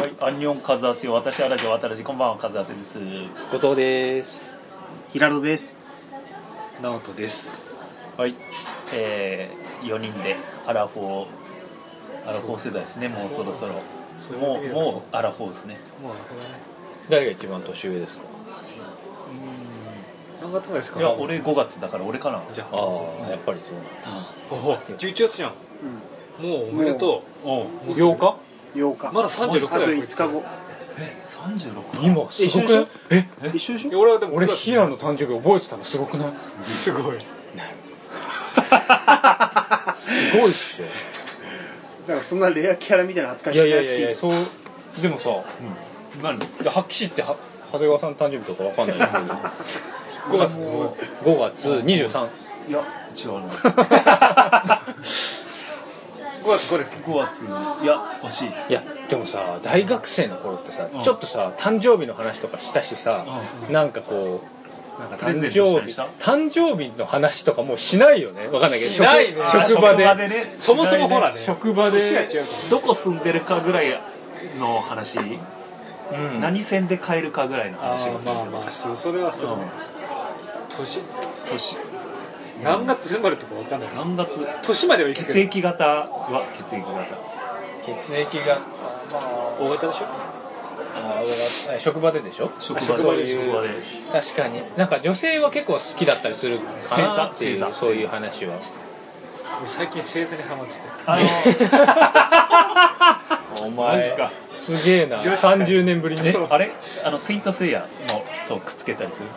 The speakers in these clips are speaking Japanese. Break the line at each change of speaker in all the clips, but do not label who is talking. はい、アンニョンカズアセよ、私はラジオ渡らじ、こんばんはカズアセです。
後藤です
平野です
直人です
はい、えー、4人でアラフォー、アラフォー世代ですね、もうそろそろ。
そう
もう、もうアラフォーですね。
もうなるほどね
誰が一番年上ですか
何月前ですか
いや、俺5月だから、俺かな。
じゃあ
ああやっぱりそうなんだ
おお11月じゃんもうおめでと
おう、
う8日
8日
まだ36だよ
あと
こいつ
5日後
三十六。
今すごくないえ
一緒でし
いや
ょ
俺はでも
俺
9月
平野の誕生日覚えてたのすごくないす
すご
す
い
ごいっす よ
なんかそんなレアキャラみたいな扱い
い
しな
やいや
くて
い
いい
やいやそうでもさい
何。
やはっきり言っては長谷川さんの誕生日とかわかんないですけど
5月も
5月23
いや、違うな。
5月5です
五月、いや、惜しい。
いやでもさ大学生の頃ってさ、
うん
ちょっとさ誕生日の話とかしたしさ、なんかこうなんか
プレゼ
誕
ントした
生
り
日
した
誕生日の話とかもうしないよねわかんないけど
しないね
職職場で
職ね。
そもそもほらね
職場で
年が違うから
どこ住んでるかぐらいの話、
うん
何線で帰るかぐらいの
あ
話がす
ー
る
まあまあそうそれはそうね年
年
何月生まれとかわかんないな
何月
年まではいくけ
血
ど
液型は血液型
血液が
大型でしょ
あー職場ででしょ
職
場で
場で職場で
確かになんか女性は結構好きだったりするかなって
星
い
座
う
星座
そういう話は
俺最近星座にハマってて
あの
お
マジか
すげえな
女子会
30年ぶりに
えあれあのセイントセイヤのとくっつけたりする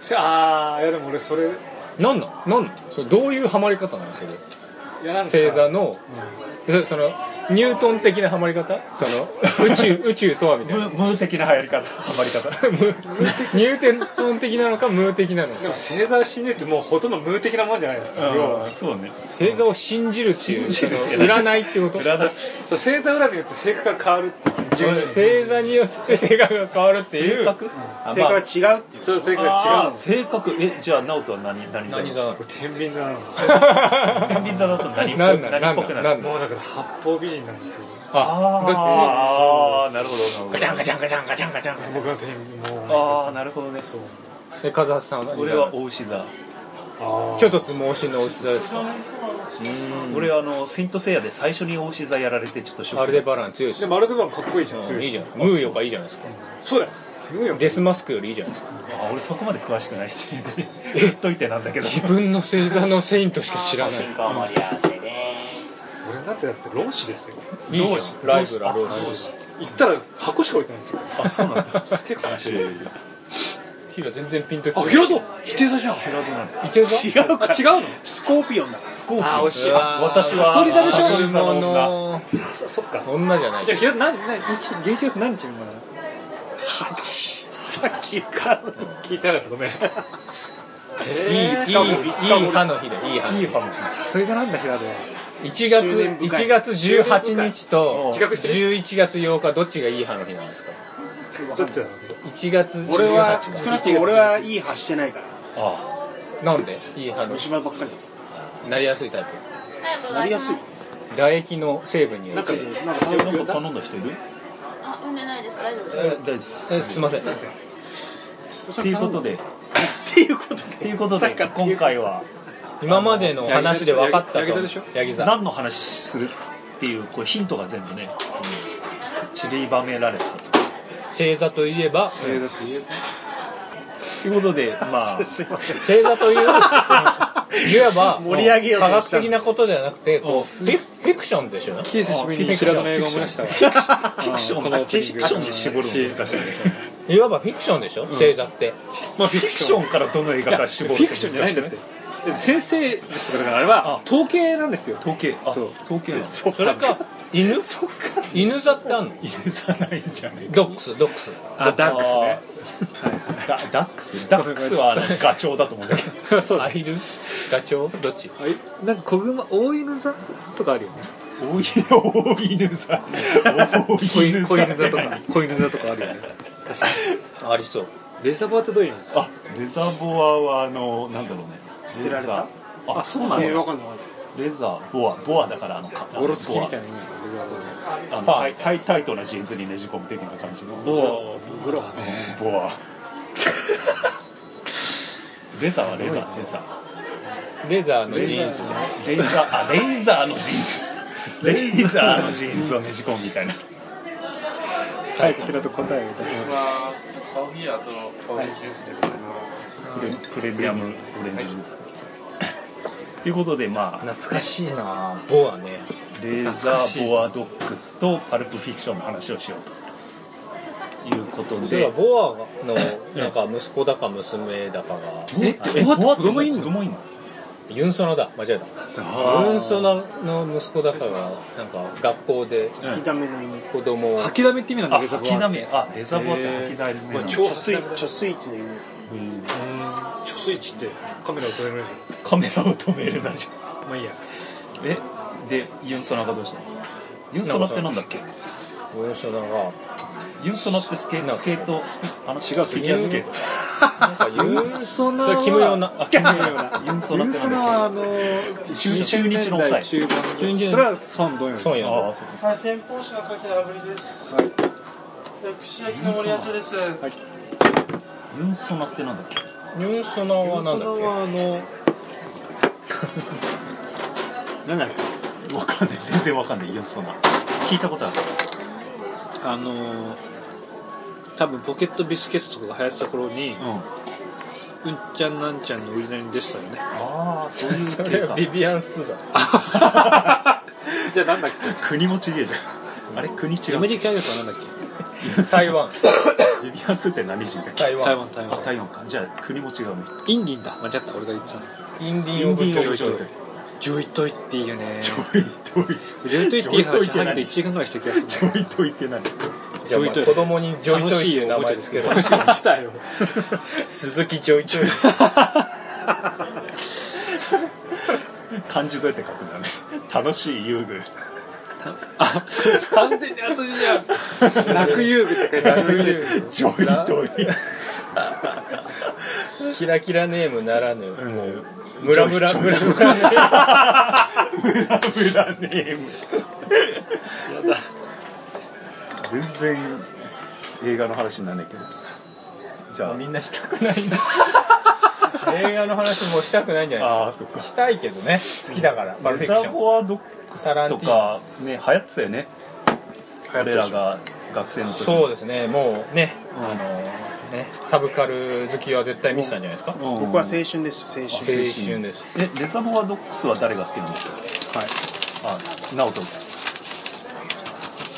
せああいやでも俺それい
なんなんなんなんそれどういうハマり方なのそれ
やなんか
星座のそそのニュートン的なハマり方その宇宙宇宙とはみたい
ム
な
ームー的な流行り方ハマり方
ムーニュートン的なのかムー的なの
でも
か
星座を信じるってもうほとんど無的なもんじゃないですか、要は
うんそうね
星座を信じるっていうそ
信
の
じるって何
占いってこと
占い
そう星座占いによって性格が変わるっていう
星座によって性格が変わるってい
性
う
格
あ
性
まあ
格が違うっていう
そう性格が違う
あー
の
性格えじゃあ直人は何何座
何座なの
俺天秤座なの
天秤座だと何っぽ
なんなん
何っぽくな
なん
る
なん
もうだから八方美人なんですよ
あ
あーあーなるほどなるほど
ガチャンガチャンガチャンガチャンガチャン
僕は天秤もう
ああなるほどね
そう
え和橋さんは何座
俺は大牛座
あ
ちょっとつもしのおうち座ですか
俺あのセイントセイヤで最初に大牛座やられてちょっとショッ
ア
ク
ルデバラン強いで
ですもアルデバランかっこいいじゃん
いいじゃんムーヨがいいじゃないですか
そうだよ言うよ
デスマスクよりいいじゃないですか
あ俺そこまで詳しくないっていう言っといてなんだ けど
自分の星座のセイントしか知らない
俺なんてだって老子ですよ
いいじゃんライブラロース
行ったら箱しか置いてないんですよ
あそうなんだ
結構話あ
ヒラ全然ピンとき
ヒラト否定座じゃん
平戸なの
いて座
違う
あ違うの
スコーピオンだから
スコーピ
あ
オ
ー
ン
惜しい
私は
サソリ座でしょ
サソリ座の女
の
そそっか
女じゃない
じゃあヒラ何何日11月何日に生まれなの
さっきから
聞いてなかったごめん
いいいいい
え
い
ー
歯の日だよいい歯の
いい
日
ファン
さそれ座なんだヒラト
1月
執念深い
1月18日と
自
覚して
11月8日どっちがいい歯の日なんですか
どっちだろう
1月18日
俺は少なくとも俺はいい発してないから
あ
なんでいい歯の日
虫歯ばっかり
なりやすいタイプ
だなりやすい
唾液の成分によ
な
る
んか
違う違うなんか
あなんか頼んだ人いる
あ、産んでないですか大丈夫
え
です
大丈夫です
えすいません
っていうことでっ
っていうことで
ていうこと
さ
で
っきからっていう
今回は
今までの話で分かった
ヤギ座でしょ
ヤギ座
何の話するっていうこうヒントが全部ね散りばめられてたと
星座といえば星
座って言えば
いうことでま あ
すいません
座といううんいわば
盛り上げようと
科
した
学的なことではなくて
お
こうフィフィクションでしょ
久しぶりに白戸の映画を思い出したわ
フィクション
この
だ
オ
っ
ープ
て
ニ
フィクシ
ング
ョンに絞るの難しいね
いわばフィクションでしょ星座って
まあフ
フィクションからどの映画か絞る
フィクションじゃないんだってだって先生ですとかだからあれは統計なんですよ
統計あ
そう
統計なの
そう
それか犬犬座ってあんの
入れさないんじゃない
ドックスドックス
あダックスね
ダダックスダックスはあのガチョウだと思うんだけど
そう
アヒルガチョウどっち
あいなんか小熊大犬座とかあるよね
大犬大犬さ
小
大
犬
犬
小
さ
犬座とか小犬座とかあるよね確か
ありそう
にレザーバーってどういう意味ですか
あレザボアはあのなんだろうね
捨てられ
レ
た
ザーあそうな
えー、わ
の
かんないわかんない
レザーボアボアだからあのか
ゴロつきみたい
ボ
な意味なの僕はわかんないです
アあのタイタイタイトなジーンズにねじ込む的な感じのボ
おーブローね
アレザーはレザーレザー
レザーのジーンズじゃない
レイザーあレーザーのジーンズレイザーのジーンズをねじ込むみたいな
早く平と答えを出します
コーヒーあとオレンジジュースで
プレプレミアムオレンジジュースが来たということでまあ
懐かしいなぁボアね
レーザーボアドックスとパルプフィクションの話をしようということ
例え
で
ばボアのなんか息子だか娘だかが
え
ボアって
て
子供いんの
子供いんの
ユンソナだ間違えたユンソナの息子だかがなんか学校で
痛めの犬
子供を
吐きだめって意味なん
あ
だけど
吐きだめあレザーボアって吐きだめなの
超
貯水貯水池の
う
犬
ん
貯水池ってカメラを撮れるでしょ
カメラを止めるラジ
まあいいや
オえでユンソナがどうしたのユンソナってなんだっけ
ユンソナが
ユンソナってスケスケートスピあの違うフィギュアスケート
なんかユ
ユ
ン
ンソナ
それ
は
キムヨナ
あ、キムヨナ。ユンソナっ
ユン
て
ソ
なん
ナ
だっ
はあ
中
の
中
2000
日
年
の抑え
代中盤
中日
それは孫ドンヨン
ソン
け
ヨ
あ
ン
あ、そうです。
はい、先方紙のかけ炙りです。
はい
串焼きの盛り合わせです。
ユンソナってなんだっけ
ユンソナはなんだっけ
あのなんだっけ
わかんない。全然わかんない。ユンソナ。聞いたことある。
あの多分ポケットビスケットとかが流行ってた頃に
うん。
うんちゃんなんちゃんの売りなりに出てたよね
ああ、そういう
そ
系
れ
か
は。ビビアンスー だ
じゃあなんだっ
国もちげえじゃん。あれ、国違
けアメ
う。
リカ英語はなんだっけ
台湾
ビビアンスって何人だっけ
台
台
湾
湾台
あ
湾
台湾か。じゃあ、国も違うね。
インディンだ間違った俺が言ってたの
インディンオブジョイ
ちょい
ト
と。
ジョイトイっていいよね
ちょいとい。
ジョイトイっていい話
ジョイトイって
ハ
何
ゲと1時間ぐらいした気がす
ち
る
ょいといって何
じゃあまあ
ジョイト
子
イ
供にジョイトイって名前つけ る
楽しいよ覚えてる来たよ
鈴木ジョイトイ
漢字どうやって書くんだね。楽しい遊具。
あそう完全に後にじゃん楽遊具って書いてある
ちょいとい。
キラキラネームならぬもう
うん
ムラムラ
ちょい
ムラ
ちょい
ムラね
ラブラネーム全然映画の話になんないけどじゃ
みんなしたくないん だ映画の話もうしたくないんじゃ
あ
ない
ああそっか
ですかしたいけどね好きだからパルフ
レ
ェク
ザ
シ
ー
ョン
ボアドックスとかね流行ってたよね俺らが学生の時
そう
う
ですねもうねあのねサブカル好きは絶対見てたんじゃないですか
ん
僕は青春ですよ青
青
春
春です
えレザーボアドックスは誰が好きなのあ直人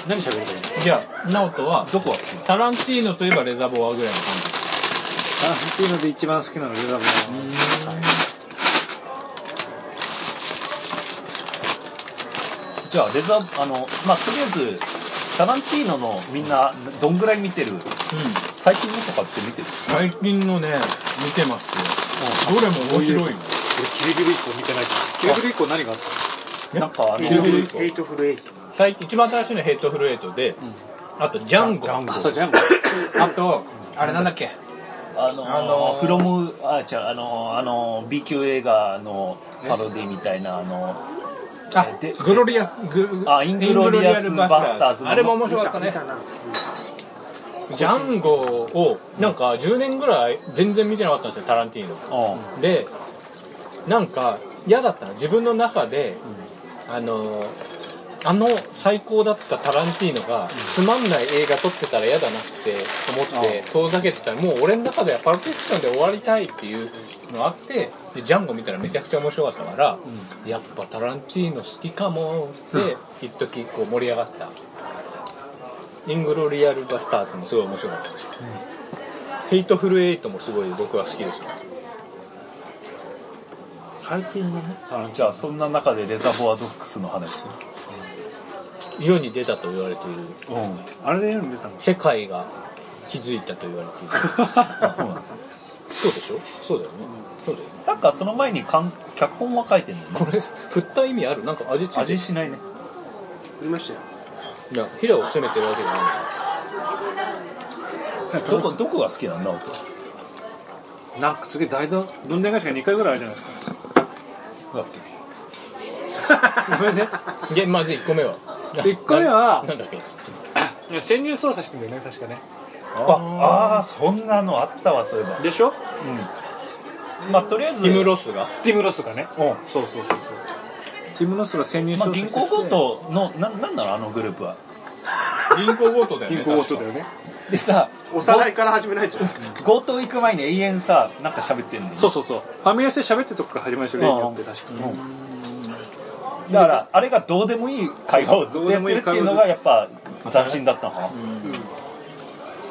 何喋りたいの
じゃあ直人は
どこが好きなの
タランティーノといえばレザーボアぐらいの
タランティーノで一番好きなのレザーブラウン
じゃあレザーあのまあとりあえずタランティーノのみんなどんぐらい見てる
感じうん
最近のとかって見てる
最近のね見てますよどれも面白いの
俺キルビル以降見てないからキルビル以降何があっ
なんかあの
ヘイ
ルビル
トフルヘイトフルエイト
最近一番新しいのヘッドフルエイトで、あとジャンゴ
たあそうジャンゴ
あとあれなんだっけ
あのー
あのー
フロムあ違うあのーあのー B 級映画のパロディみたいなあの
あ
で
グロリアスグ
あイングロリアスバスターズの
あれも面白かった
見
ね
たな
ジャンゴをなんか10年ぐらい全然見てなかったんですよタランティーノ
ー
でなんか嫌だったの自分の中で、あのあの最高だったタランティーノがつまんない映画撮ってたら嫌だなって思って遠ざけてたらもう俺の中ではパルプフィクションで終わりたいっていうのがあってでジャンゴ見たらめちゃくちゃ面白かったから、やっぱタランティーノ好きかもって一時こう盛り上がったイングロリアルバスターズもすごい面白かったです、ヘイトフルエイトもすごい僕は好きですよ
最近のね
うんじゃあそんな中でレザーボアドックスの話
世に出たと言われている
うんあ
あれで読んでたの
世界が気づいたと言われている
そうなんだ
そうでしょそうだよね、そうだよね
なんかその前にかん脚本は書いてんのね
これ振った意味あるなんか味ついてる
味しないね
見ましたよ
いや平を責めてるわけじゃな
どこどこが好きなんだ
なんかすげえ大どどんでん返しが2回ぐらいあるじゃないですか
だっけ
いそれででまず1個目は
一個目は
ななんだっけ
潜入捜査してんだよね確かね
ああーそんなのあったわそういえば
でしょ
まあとりあえず
ティム・ロスが
ティム・ロスがね
うん
そうそうそうそうティム・ロスが潜入捜査
まあ、銀行強盗のななんなのあのグループは
銀行強盗だよね
銀行強盗だよね
でさ
おさらいから始めないと。
強盗行く前に永遠さなんか喋ってんのよ
そうそうそうファミレスで喋ってるとこから始まるでしょ例によって確かに
うんだからあれがどうでもいい会話をずっとやってるっていうのがやっぱ斬新だったのかな、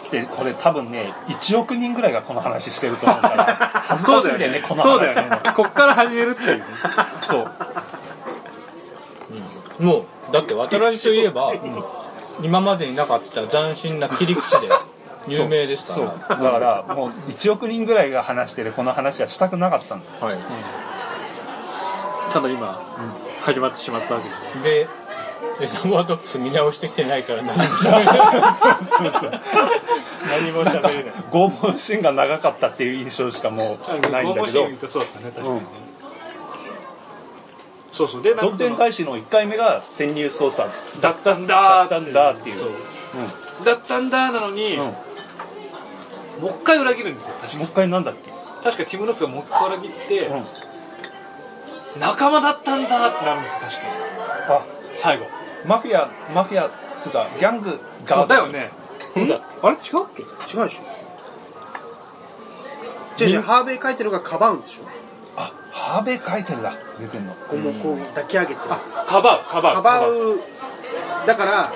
でこれ多分ね1億人ぐらいがこの話してると思うから 恥ずかしいんだよねこの話
そうだよねこっから始めるっていうね
そう
もうだって渡らじといえば今までになかった斬新な切り口で有名ですか
そう
ら
だからもう1億人ぐらいが話してるこの話はしたくなかったんだよ
はい
ただ今始まってしまったわけで
ででサンボアトップス見直してきてないから何 も
そうそうそう
何も喋れない
拷問シーンが長かったっていう印象しかもうないんだけど
そうだったね確かにねそうそうでなんか
ど
その
んでん返しの1回目が潜入捜査
だったんだー
だったんだーっていう
そうだったんだーなのに、
うん
もう一回裏切るんですよ確か
もう一回なんだっけ
確かティム・ロスがもう一回裏切って、
うん
仲間だったんだーってなるんですよ確か
あ
に最後
マフィアマフィアつうかギャング
そ
が
うだよね
え
あれ違うっけ
違うでしょ違う違うハーベイ書いてるのがかばうんでしょ
あハーベイ書いてるだ出てんの
こうもうこう抱き上げてか
かばうかばう
ばうだから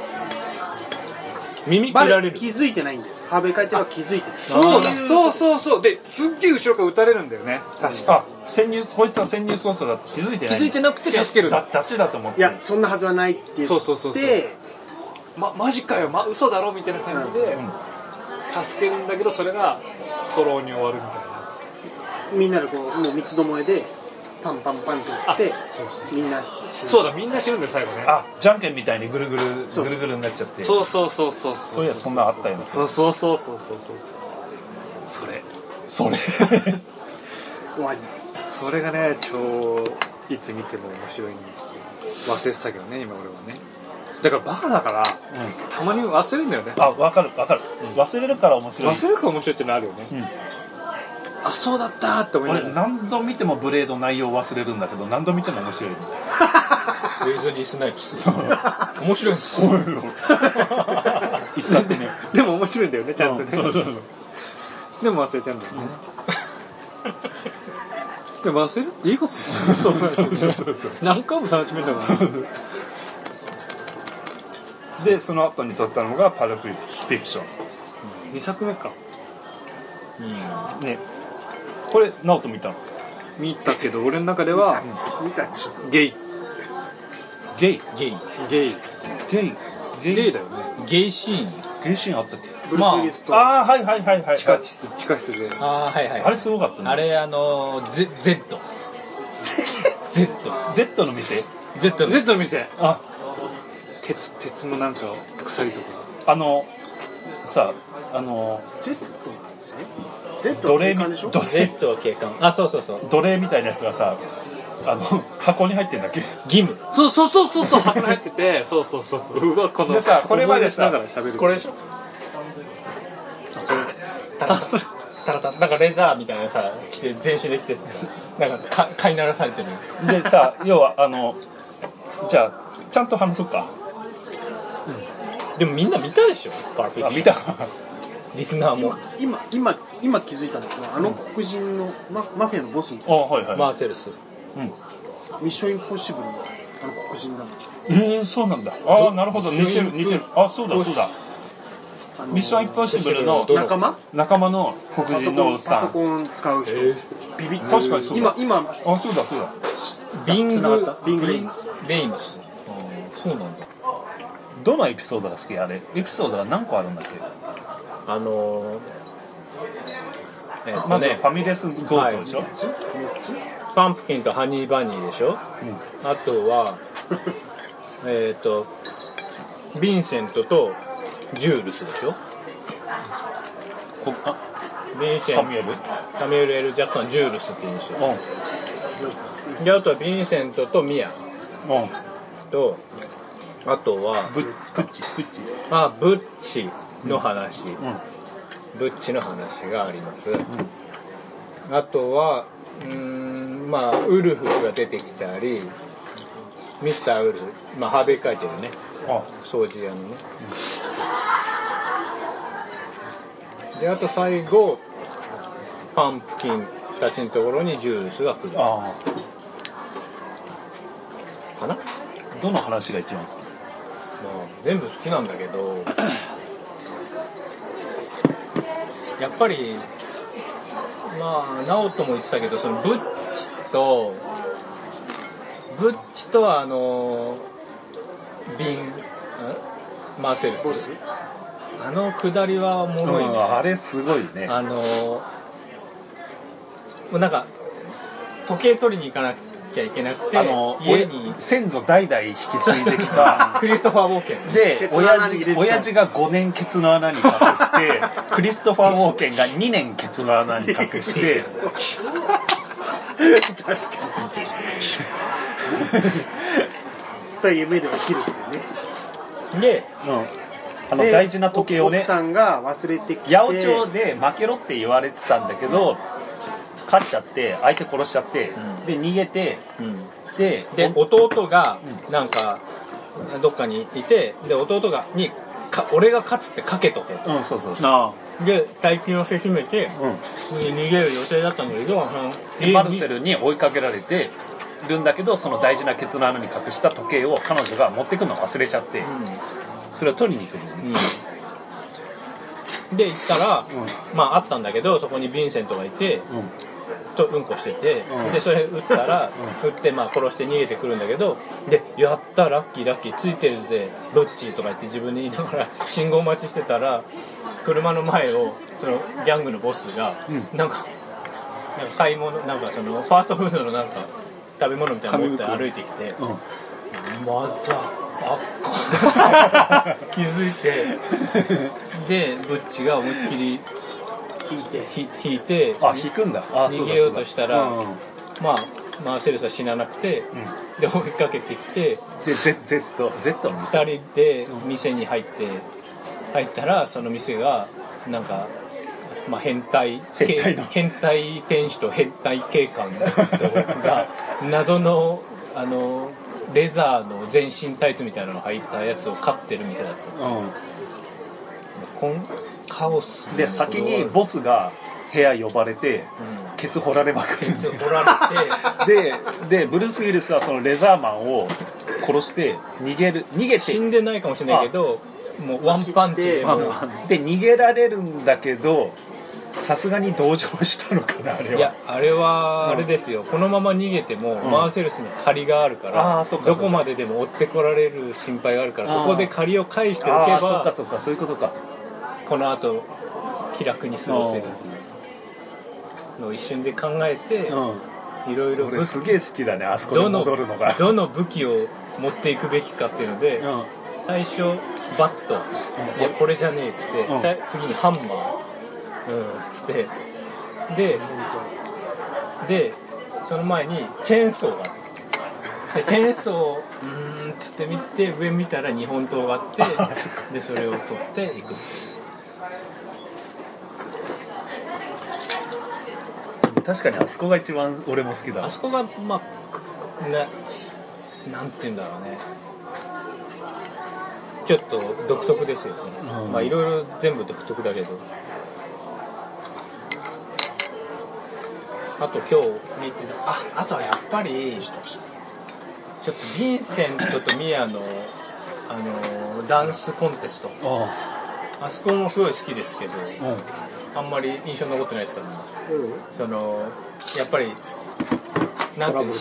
耳切
バ
ら
レ
れる
気づいてないんだよハーベイ書いてるのは気づいてる
そうだそうそうそうですっげえ後ろから撃たれるんだよね確か
あ潜入こいつは潜入捜査だって気づいて
気
ない
づいてなくて助ける
だダチだと思っ
い
て
やそんなはずはないって言って
そうそうそうそうま、マジかよ、ま、嘘だろみたいな感じで、
ん
助けるんだけどそれがトローに終わるみたいな
みんなでこうもう三つどもえでパンパンパンって言って
そうそう
みんな
そうだみんな死ぬんだよ最後ね
あじゃんけんみたいにぐるぐる
そうそう
ぐるぐるになっちゃって
そうそうそうそう
そういやそんなのあったよね
そうそうそうそうそうそうそれ
それ
終わり
それがね超いつ見ても面白いんですよ忘れてたけどね今俺はねだからバカだから、たまに忘れるんだよね
あわかるわかる忘れるから面白い
忘れるから面白いってのあるよね、
うん
あそうだったーって思いな
俺
がら
何度見てもブレード内容忘れるんだけど何度見ても面白い
ウェズリー・スナイプス面白いんですよ
一冊目
でも面白いんだよねちゃんとね、
そうそうそう
でも忘れちゃうんだよね、 でも忘れるっていいことですよそうそうそう何回も楽しめたから
でその後に撮ったのがパルプフィクション
2作目か
ねこれ直人見たの
見たけど俺の中では
見たでしょ
ゲイ
ゲイ
ゲイ
ゲイ
ゲイゲイ
ゲイだよね
ゲイシーン
ゲイシーンあったっけ
ブルース・ウィリスと、
ああはいはいはいはい
地下室地下室で
ああはいはい
あれすごかったね
あれあのー、Z Z Z
Z の店
Z の
Z の店
あ
鉄鉄のなんか鎖とか
あのさあの
Z なんですね Z
奴隷
は警
み
官でしょ
Z は警官あそうそうそう
奴隷みたいなやつがさあの箱に入ってんだっけ
義務
そうそうそうそうそう箱に入ってて そうそうそうそううわこの
でさこれまでさ
思い出しながら喋る
これでしょ
あそれ
たらたなんかレザーみたいなさ着て全身で着てなんかか飼いならされてる
でさ要はあのじゃあちゃんと話そうか
でもみんな見たでしょパラフ ィ
あ
クショ
見
ン
た
リスナーも
今今今今気づいたんだけどあの黒人のママフィアのボスみたい
あはいはい、
マーセルス
なミッションインポッシブルのあの黒人なんだ
ええー、そうなんだああなるほど似てる似てるあそうだそうだ
あの
ミッションインポッシブルの
どう
仲間
仲間の黒
パソ
人
コ
のお
ン
っ
パ
さ
ソ
ん
コン使う人、ビビッ
確かにそうだ
今今
あそうだそうだ
ビン
繋がっ
グ
たビングレインズ
レインズあーそうなんだ
どのエピソードが好きあれエピソードが何個あるんだっけ
あのーえっと
まず
ね
はファミレス強盗でしょ、
三つ三つ
パンプキンとハニーバニーでしょ、あとはえっとヴィンセントとジュールスでしょ
こあ
ヴィンセン
サ
ト
ミュエル
サミュエル・エル・ジャクソンジュールスって言うんですよ
うん
であとはヴィンセントとミア
う
とあとは
んぶっプッチプッチ
まあブッチの話、
ん
ブッチの話があります、あとはうーんまあウルフが出てきたりミスターウルフまあハーベイ書いてるね
あ
掃除屋のね、であと最後パンプキンたちのところにジュースが来るか
あ
なもう
どの話が一番好き
全部好きなんだけどやっぱりまあ直人も言ってたけどそのブッチとブッチとはあの瓶んマーセルス
ボス
あの下りはおもろいね、
あれすごいね
あのーもうなんか時計取りに行かなきゃいけなくて
あの
家に
お先祖代々引き継いできた
クリストファー・ウォーケン
で
ケツの
親
穴に
父
入れてたんです
親父が5年ケツの穴に隠して クリストファー・ウォーケンが2年ケツの穴に隠して
確かにそれ夢で起きるっていうね
で
うんあの大事な時計をね
奥さんが忘れてきて
八百長で負けろって言われてたんだけど、勝っちゃって相手殺しちゃって、
うん
で逃げてで
で
お
弟がなんかどっかにいてで弟がにか俺が勝つってかけとけ
うんそうそう
あ
で大金をせしめて
う
逃げる予定だったんだけどその
んでマルセ
ル
ルに追いかけられてるんだけどその大事なケツの穴に隠した時計を彼女が持ってくのを忘れちゃって、それを取りに行くのね、
で行ったら、
うん
まああったんだけどそこにヴィンセントがいて、
うん
とうんこしてて、
うん
でそれ撃ったら、撃ってまあ殺して逃げてくるんだけどで「やったラッキーラッキーついてるぜどっち?」とか言って自分で言いながら 信号待ちしてたら車の前をそのギャングのボスが、なんかなんか買い物なんかそのファーストフードのなんか食べ物みたいなの持って歩いてきて「マザー あっか」気づいてでブッチが思いっきり
聞いて
ひ引いて
あ引くんだあそうだ
逃げようとしたら
そうだうん
まあマーセルスは死ななくて、で追いかけてきて
で Z, Z, Z の店
2人で店に入って入ったらその店がなんか、まあ、変態
変態の
変態店主と変態警官の人が謎のあのレザーの全身タイツみたいなの入ったやつを飼ってる店だったこんカオス
うん、で先に
ボ
ボスが部屋呼ばれて
うん
ケツ掘られまくるんだよ
掘られて
ででブルース・ウィルスはそのレザーマンを殺して逃げる逃 げて
死んでないかもしれないけどもうワンパンチで
まあ
もう
で逃げられるんだけどさすがに同情したのかなあれ
いや
は
あれはあれですよ、このまま逃げても、マーセルスに借りがあるから
あーそっかそ
ど
っか
こまででも追ってこられる心配があるから
あー
ここで借りを返しておけ
ああそっか
ば
そっかそういうことか
この後気楽に過ごせるっていうのを一瞬で考えて
う
いろい
ん
ろ
俺
武器
すげえ好きだねあそこに
どの
戻るのが
どの武器を持っていくべきかっていうので
うん
最初バットいやこれじゃねえっつって、
うん
さ次にハンマーうんっつってででその前にチェーンソーがあってでチェーンソーうーんっつって見て上見たら日本刀があ ってでそれを取っていく
確かにあそこが一番俺も好きだ
あそこがまあくななんて言うんだろうねちょっと独特ですよね、
うん
まあいろいろ全部独特だけどあと今日見てたああとはやっぱりちょっとヴィンセントとミアのあのダンスコンテスト
あ
あそこもすごい好きですけど
あうん
あんまり印象に残ってないですからねそのやっぱりなんていうの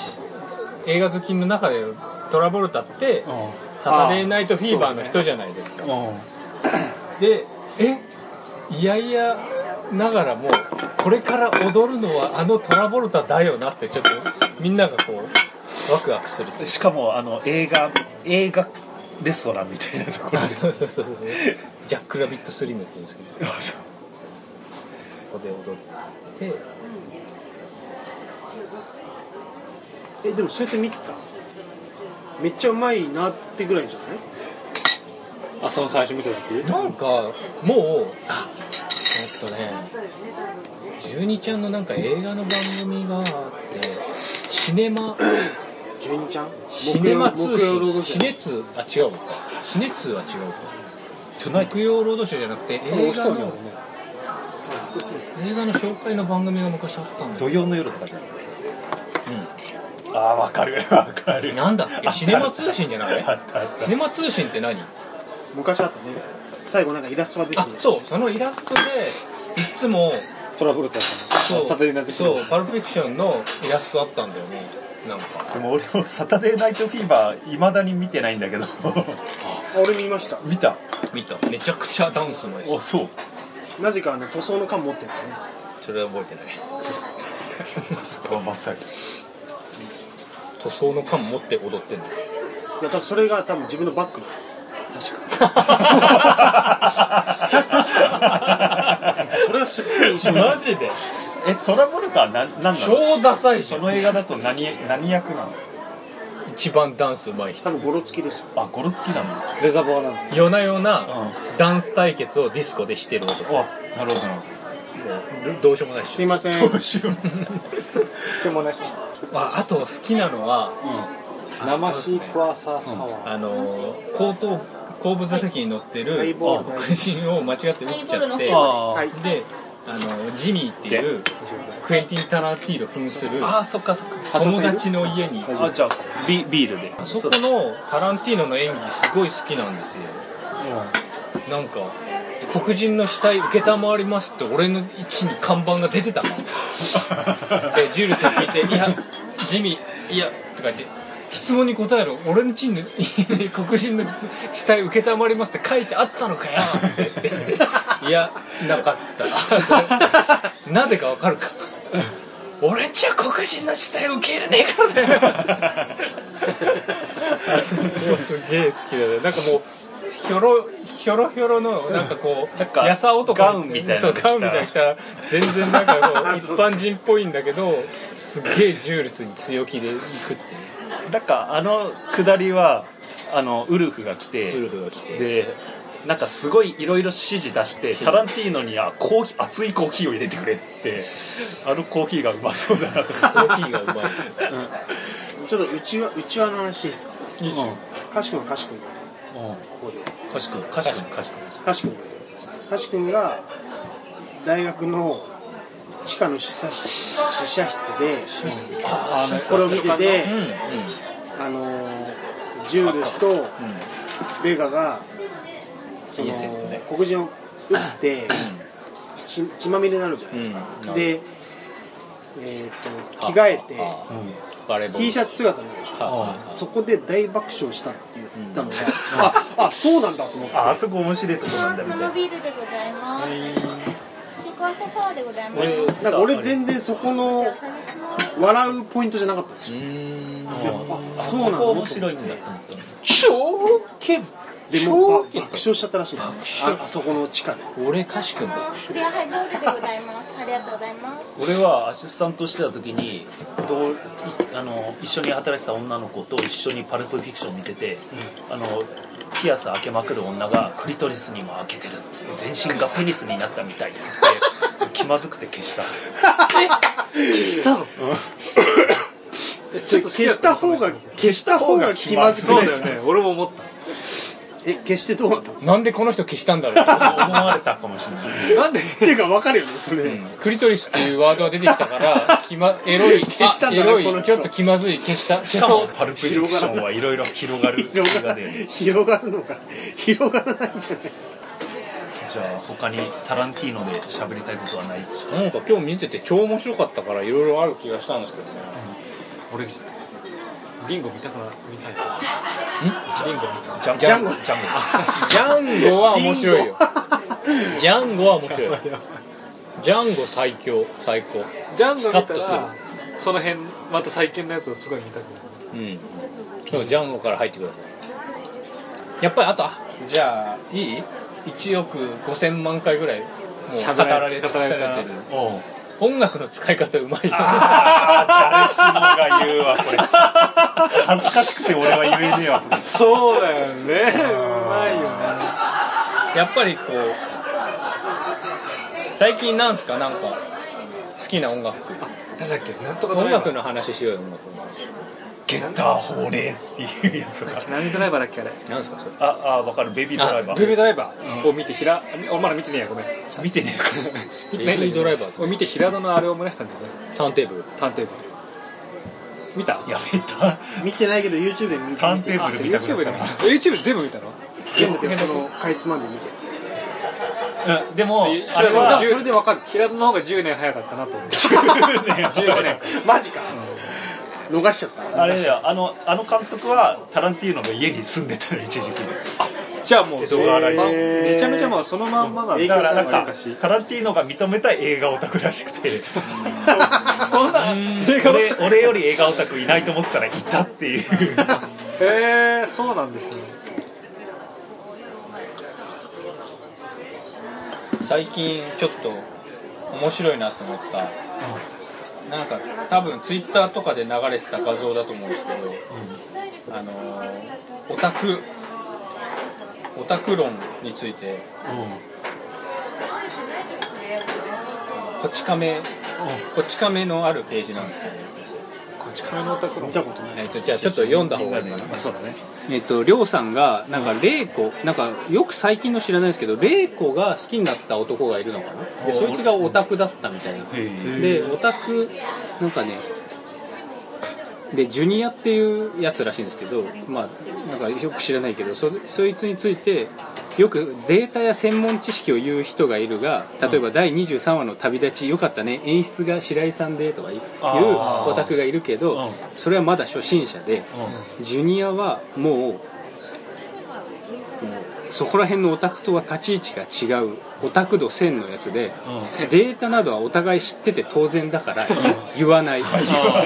映画好きの中でトラボルタって「サタデーナイトフィーバー」の人じゃないですか、
うん
でえいやいやながらもこれから踊るのはあのトラボルタだよなってちょっとみんながこうワクワクする
うんしかもあの映画映画レストランみたいなところ
あ
で
そうそうそうそうジャック・ラビット・スリムって言うんですけど
あそう
そこで踊って
えでもそうやって見てためっちゃうまいなってぐらいじゃない
あその最初見た時
なんかもうあえっとね12ちゃんのなんか映画の番組があってシネマ
12ちゃん
シネマ
木
通
曜木曜ロー
信
ドシ
シ
ョ
ネ
ー
ツあ違うのかシネツは違うか
トゥナイト
木曜ロードショーじゃなくて映画の
ね
映画の紹介の番組が昔あったんだよ
土曜の夜とかじゃん、うん、ああわかる わかる
なんだっけシネマ通信じゃない
あったあった
シネマ通信って何
昔あったね最後なんかイラストが出て
あ
くる
そうそのイラストでいつも
トラブルタさん
そ
の
う
サテリーナ的な
そうパルプフィクションのイラストあったんだよねなんか
でも俺も「サタデーナイトフィーバー」いまだに見てないんだけど
あ俺見ました
見た
見ためちゃくちゃダンスのや
お
つ
そう
なぜかあの塗装の缶持ってるからね
それは覚えてない
あまさに
塗装の缶持って踊ってんの
いや多分それが多分自分のバッグ確かそれはすごい印象に
マジで
えトラボルタはな何なの
超ダサいし
その映画だと何何役なの
一番ダンスうまい人
多分ゴロつきですよ
あゴロつきなの
レザーボアなんだ
夜な夜な
うん
ダンス対決をディスコでしてる男も
おなるほどなるほ
うどうしようもない
す
し
いません
どどうしよう
注文お願いし
あ
ます
あと好きなのは
生シークワーサーサワー
あのー後頭後部座席に乗って
ハイ
る
ボール
黒人を間違って撃っちゃっ
ハイ
て
ボー
あ
はい
であのージミーっていうクエンティン・タランティーノ扮する
ああそっかそっか
友達の家に
あじゃあビビールで
あそこのタランティーノの演技すごい好きなんですよなんか黒人の死体承りますって俺の位置に看板が出てたの でジュールスに聞いて「いやジミーいや」とか言って質問に答えろ俺の地に 黒人の死体承りますって書いてあったのかよって言っていやなかったなぜかわかるか俺んちは黒人の死体受け入れねえからだよすげえ好きだねなんかもうひょろひょろひょろのなんかこう
なんか
やさ男
ガウンみたいなの
そう
着た
ガウンみたいなの着たら全然なん かもう一般人っぽいんだけどすげえジュールスに強気でいくっていう
なんかあの下りはあのウルフが来て
ウルフが来て
でなんかすごいいろいろ指示出してタランティーノにはコーヒー熱いコーヒーを入れてくれっつってあのコーヒーがうまそうだなと
コーヒーがうまい
ちょっとうちわうちわの話いいですか
いいじゃん
かしくんかしくん
かしくんかしくんかしくん
かしくんかしくんが大学の地下の試写試写室で
あの
これを見てて
うんうん
あのージュールスとベガがその
インセントね
黒人を撃って血血まみれになるじゃないですか、
うん
で、えー、と着替えて
ああバレーボール
T シャツ姿になるでしょ
ああ
そこで大爆笑したって言ったのが、ああそうなんだと思って
ああそこ面白いとこなんだみたい
生
な
ビールでございます。シークワーサーサワーでございます。
俺
なんか俺全然そこの
お探します。
笑うポイントじゃなかったんです
う
よ
ーん
であそうなんだ
ここ面白いんだと思った
超ケ
でもば
超
爆笑しちゃったらしいのああそこの地下で
俺かしくんだ
クリアハイボールでございます。ありがとうございます。
俺はアシスタントしてた時にどういあの一緒に働いてた女の子と一緒にパルプフィクション見てて、あのピアス開けまくる女がクリトリスにも開けてるって全身がペニスになったみたいって言って気まずくて消した
ちょっと消した方が消した方が気まずく
そ
な
う
い
だ
です
よ
か
ね俺も思った
え消してどうなったんですか
なんでこの人消したんだろうって
思われたかもしれない
なんで
っていうか分かるよねそれ、
クリトリスっていうワードが出てきたから、気ま、エロい、
消したん
あ
だ
エ
な
ロ
この
い、ち
人
ょっと気まずい、消した、
しかも
消そう。
パルプフィクションはいろいろ広がる映
広が
画
ら
で
広がるのか広がらないじゃないですか
じゃあ他にタランティーノで喋りたいことはないでしょ
なんか今日見てて超面白かったから、いろいろある気がしたんですけどね。
俺ビンゴ見たくな見たいなビンゴ見たい
ジャン
ジャンゴ
ジャン
ジャンゴは面白いよ。ジャンゴは面白いよ。ジャンゴ最強、最高。
ジャン
ス
ゴ
カ
見
ッ
た
とす
ら
る。
その辺また最近のやつをすごい見たくな
う
る
ん。でもジャンゴから入ってください。やっぱりあと、あじゃあ、いい ?1 億5千万回ぐらい、もう語られ、
語
語
ら
ら
れ
れ
た
てる。
ゴおう
音楽の使い方うまい
誰
よ
しもが言うわこれ恥ずかしくて俺は言えねえわこれ
そうだよねうまいよね
やっぱりこう最近なんすかなんか好きな音楽
なんだっけなんとかド
音
ライバ
楽
ー
の話しようよ音楽の話
ゲッター法令っていうやつが
何ドライバーだっけあれ
なんすかそれ
ああ分かるベビードライバ
ベビー
ー
ドライバーを見てひらあ俺まだ見てねえやごめん
見てねえか
見てないんだ
ベビー
けど
ドライバーって
を見て平戸のあれを思い出したんだよね
ターンテーブル
ターンテーブル見た
らやめた
見てないけど YouTube で見
ターン
見て
テー
あ
ブル見た
YouTube
く
で
な
見
った
YouTube 全部見たの
全部でそのかいつまんで見て
た うんでもあ
い
れ
いや
は
あそれでわかる
平戸の方が10年早かったなと思って
15
15
年
年
マジか、逃しちゃった
あれだよあのあの監督はタランティーノの家に住んでたよ一時期
じゃあもう
動画洗い
まめちゃめちゃまあそのまんまなん
だからな
な
んんか
かし
タランティーノが認めた映画オタクらしく て
そんな映画
俺俺より映画オタクいないと思ってたらいたっていう
へえそうなんですね
最近ちょっと面白いなと思った、なんか多分ツイッターとかで流れてた画像だと思うんですけど、あのーオタクオタク論についてこち亀こち亀のあるページなんですけど、
こっち亀のオタクの
見たことない
えっとじゃあちょっと読んだ方がいいかな
まあそうだね
えっと、りょうさんが、なんか、玲子、なんか、よく最近の知らないですけど、玲子が好きになった男がいるのかな。で、そいつがオタクだったみたいな。で、オタク、なんかね、で、ジュニアっていうやつらしいんですけど、まあ、なんかよく知らないけど、そそいつについて、よくデータや専門知識を言う人がいるが、例えば第23話の旅立ち、よかったね、演出が白井さんでとかいう
あー
オタクがいるけど、それはまだ初心者で、ジュニアはもうもうそこら辺のオタクとは立ち位置が違うオタク度1000のやつで、データなどはお互い知ってて当然だから言わない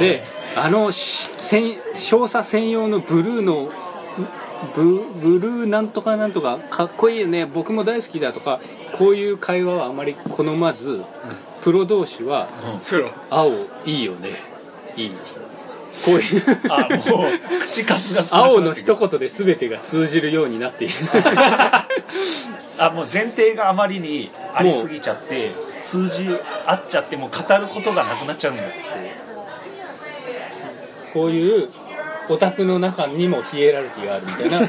であのし専少佐専用のブルーのブブルーなんとかなんとかかっこいいよね僕も大好きだとかこういう会話はあまり好まずプロ同士は
プロ
青いいよねいいこういう
あもう口数が少なくなってくる
青の一言で全てが通じるようになっている
あもう前提があまりにありすぎちゃって通じ合っちゃってもう語ることがなくなっちゃうんだって
こういうオタクの中にもヒエラルキーがあるみたいな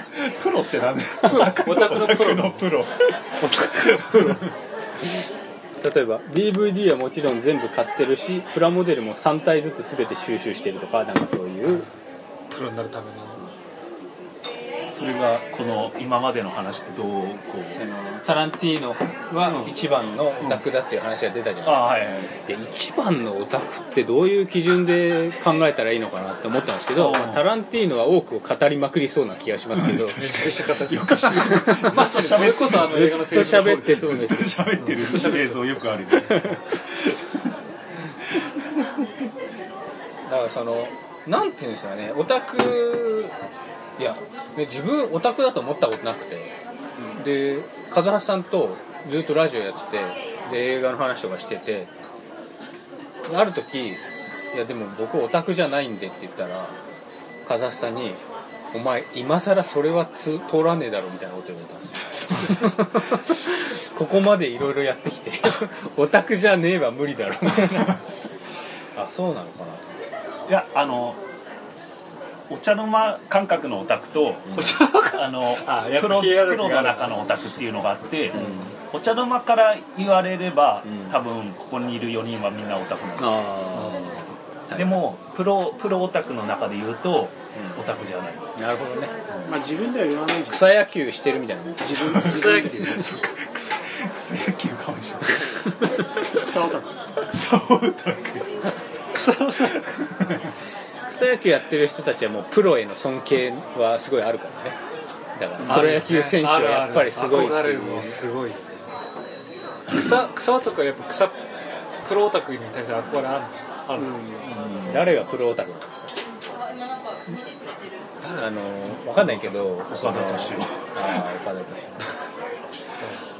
プロって何
オタクのプロ
プロ
例えば DVD はもちろん全部買ってるしプラモデルも3体ずつ全て収集してるとかなんかそういう
プロになるための
それがこの今までの話ってどうこう
タランティーノは一番のオタクだっていう話が出たじゃ
あ
ない
はいはい
ですか、で一番のオタクってどういう基準で考えたらいいのかなって思ったんですけど、
うん
まあタランティーノは多くを語りまくりそうな気がします けどずっ
よく知る
まあそれこそあの映画の
と喋ってそうです
喋ってる映像よくあるよね
だからそのなんていうんですかねオタクいやで自分オタクだと思ったことなくて、で和橋さんとずっとラジオやっててで映画の話とかしててある時「いやでも僕オタクじゃないんで」って言ったら和橋さんに「お前今更それはつ通らねえだろ」みたいなこと言われたんですよここまでいろいろやってきてオタクじゃねえは無理だろみたいなあそうなのかない
やあのお茶の間感覚のオタクとあの
あやっぱ
プロ
ヒエラルキ
プ
ーがあ
ロ
る
の中のオタクっていうのがあって、お茶の間から言われれば、
うん
多分ここにいる4人はみんなオタクなんだ
あはい
でもプロプロオタクの中で言うと、オタクじゃない
あなるほどね
まあ自分では言わないんじゃない
草野球してるみたいな
自分自分で
そっか草草野球かもしれない
草オタク
草オタク
草野球やってる人たちはもうプロへの尊敬はすごいあるからねだからプロ野球選手はやっぱりすごいって
あるあ
い
る
う
もうすごい草草とかやっぱ草プロオタクに対する憧れあるある、
誰がプロオタクなのあの分かんないけど岡
岡田敏夫
あ あ岡田敏夫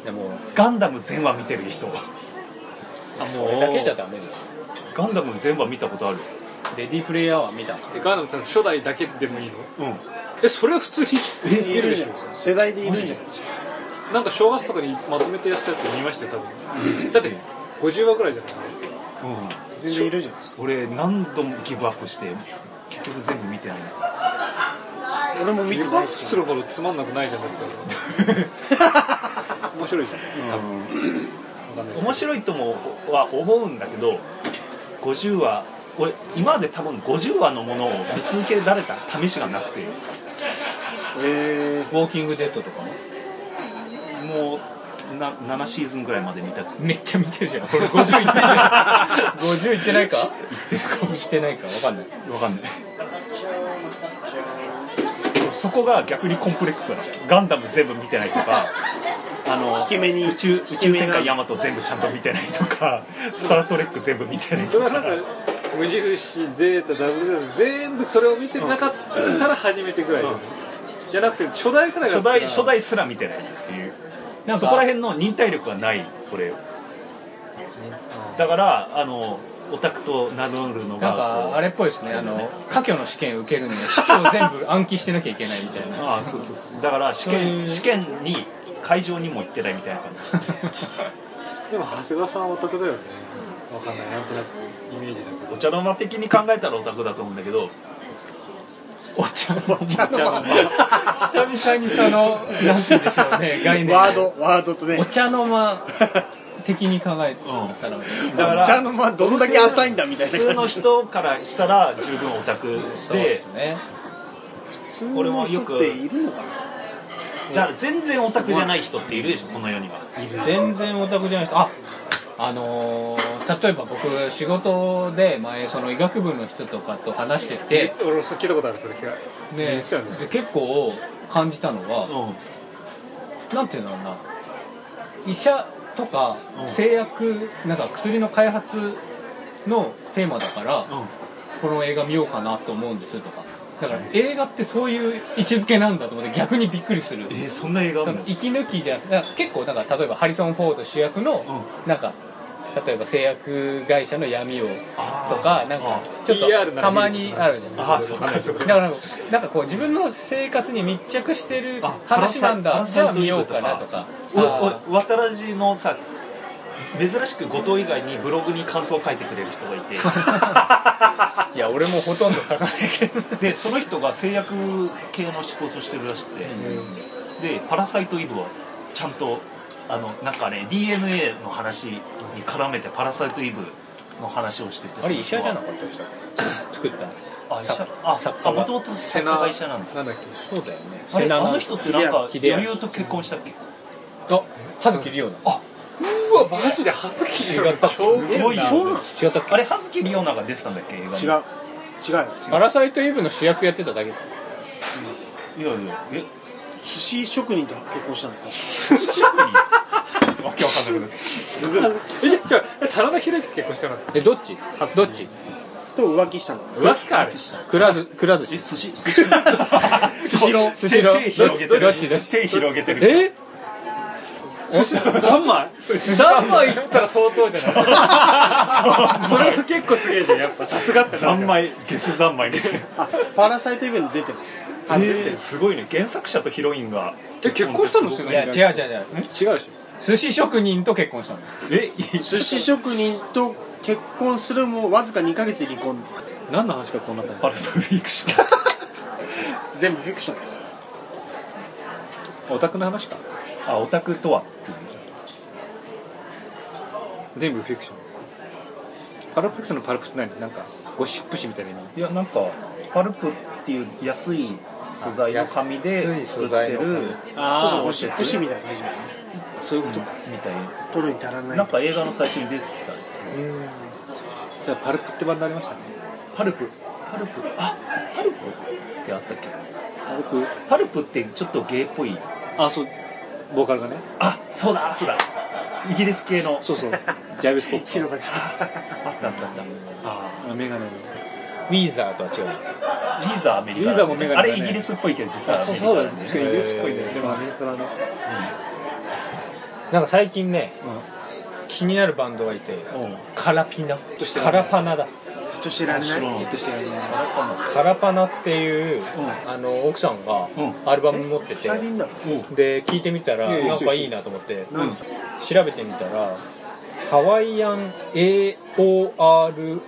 でも
ガンダム全話見てる人あ
それだけじゃダメでし
ガンダム全部は見たことある
ょレディープレイヤーは見た
えガンダムちゃん初代だけでもいいの
うん
えそれは普通に 見るでしょ
世代でいるんじゃないですか
なんか正月とかにまとめてやったやつ見ましたよ多分だって50話くらいじゃない
うん
全然いるんじゃないですか
俺何度もギブアップして結局全部見てない
俺も見
見
て
て
ない
な
です
す
けど
るほどつまんなくないじゃんだって 面白いじゃん多分わかんないです
面白いともは思うんだけど50話俺今まで多分50話のものを見続けられた試しがなくて
え
ウォーキングデッドとかね
もうな7シーズンぐらいまで見た
めっちゃ見てるじゃんこれ50いって ない50いってないかいってるかもしてないかわかんない
わかんないそこが逆にコンプレックスなのガンダム全部見てないとかあの
イケメンに
宇宙宇宙
イケメン
戦
な
艦ヤマト全部ちゃんと見てないとかスター・トレック全部見てない
そ
と
れ
か
はなんか無印ゼータダブルゼータ全部それを見てなかったら初めてぐらいだよねじゃなくて初代くらいだ
初
ったら
代初代すら見てないっていう
なんか
そこら辺の忍耐力がないこれだからあのオタクと名乗るの
なん
が
かあれっぽいですねあの科挙の試験受けるには市長全部暗記してなきゃいけないみたいな
ああそうそうそうだから試験試験に会場にも行ってないみたいな感じ
でも長谷川さんはオタクだよねわかんないなんとなくイメージだけ
お茶の間的に考えたらオタクだと思うんだけど
お茶の
お茶の間
久々にそのなんて言うんでしょうね概
ー、
念
ワードワードとね
お茶の間的に考えてたら、
だか
お茶
ら
の間どんだけ浅いんだみたい
普通
な
の
感じ
人からしたら十分オタク
そうで
です
ね
普通の人っているのかな
だから全然オタクじゃない人っているでしょこの世には
全然オタクじゃない人ああのー例えば僕仕事で前その医学部の人とかと話してて、
ど俺もそう聞いたことあるそれ聞か
ね、
ですよね
で結構感じたのは、
う
なんていうんだろうな医者とか
うん
製薬なんか薬の開発のテーマだか
ん
ら
うん
この映画見ようかなと思うんですとかだから映画ってそういう位置づけなんだと思って逆にびっくりする
えー、そんな映画あ
そ
る
の
の
息抜きじゃなく結構なんか例えばハリソン・フォード主役のなんか例えば製薬会社の闇をとかなんかちょっ
ER
とたまにあるじゃん
ああそうかそう
だ
か
からなんかこう自分の生活に密着してる
あ
話なん
パ
だ
ラ
じ
サイ
ゃ
パラサイト
あ見
イブ
よう
とか
かなとか
お
あ
お渡らじのさ珍しく後藤以外にブログに感想を書いてくれる人がいて
ーいや俺もほとんど書かないけど
でその人が製薬系の仕事をしてるらしくて、で「パラサイトイブ」をちゃんとあのなんかね DNA の話に絡めて「パラサイトイブ」の話をしてて
あれ医者じゃな
く
かったでしたっけ作った
あ医者
作
あ作家もともと作家が医者なんだ
なんだっけ
そうだよね
あれ
瀬名
あ
な
の人ってなんか
秀明
女優と結婚したっけ
あ葉月リオな
うわマジで葉月
違ったす
ごいよ
違ったっけ
あれ葉月里央奈が出てたんだっけ映画に
違う違うよ
パラサイトイブの主役やってただけ
いやいやえ
寿司職人と結婚したのか
わけわかんなくなってき
えじゃじゃあ真田広之と結婚してなかっ
えどっちどっち
と浮気したの
た浮気かあれ
くらずくら寿
たえ
司
寿司寿司
スシロースシロ
手
ー
広げてる
どっちどっち
手広げてる
え
寿司三枚三枚いったら相当じゃないそれが結構すげえじゃんやっぱさすがって
三昧ゲス三昧みたいな
あパラサイトイブに出てます
あすごいね原作者とヒロインが
え結婚したの
いや違う違う違う
違うでしょ
寿司職人と結婚したんです
え
寿司職人と結婚するもわずか2ヶ月で離婚
何の話かこんな感
パルプフィクション
全部フィクションです
じオタクの話か
あオタクとは
全部フィクションパルプフィクションのパルプって何なんかゴシップ誌みたいな意味
いやなんかパルプっていう安い素材の紙で作ってる
そう
あ
そうゴシップ誌みたいな感じだよね
そういうことみたい
取るに足らない
なんか映画の最初に出てきたやつ
じゃあパルプって版になりましたね
パルプパルプあパルプってあったっけ
パルプ
パルプってちょっとゲイっぽい
あそうボーカルがね
あそうだそうだイギリス系の
そうそう ジャイブスコップ
広がりした
あったあったあった
ああメガネの
ウィーザーとは違う
リーザーアメリカ
リーザーもメガネだね
あれイギリスっぽいけど実はアメリカ
確かにイギリスっぽいねでもアメリカだね
なんか最近ね、気になるバンドがいて
うん
カラピナ
として
カラパナだ
ずっと知られない
じっとしてられない
カラパナってい
ん
う、あの奥さんが
うん
アルバム持ってて、
二人だ
で聞いてみたら
いやいや
なん
一緒
か
一緒
いいなと思って
何ですか
調べてみたらハワイアン AOR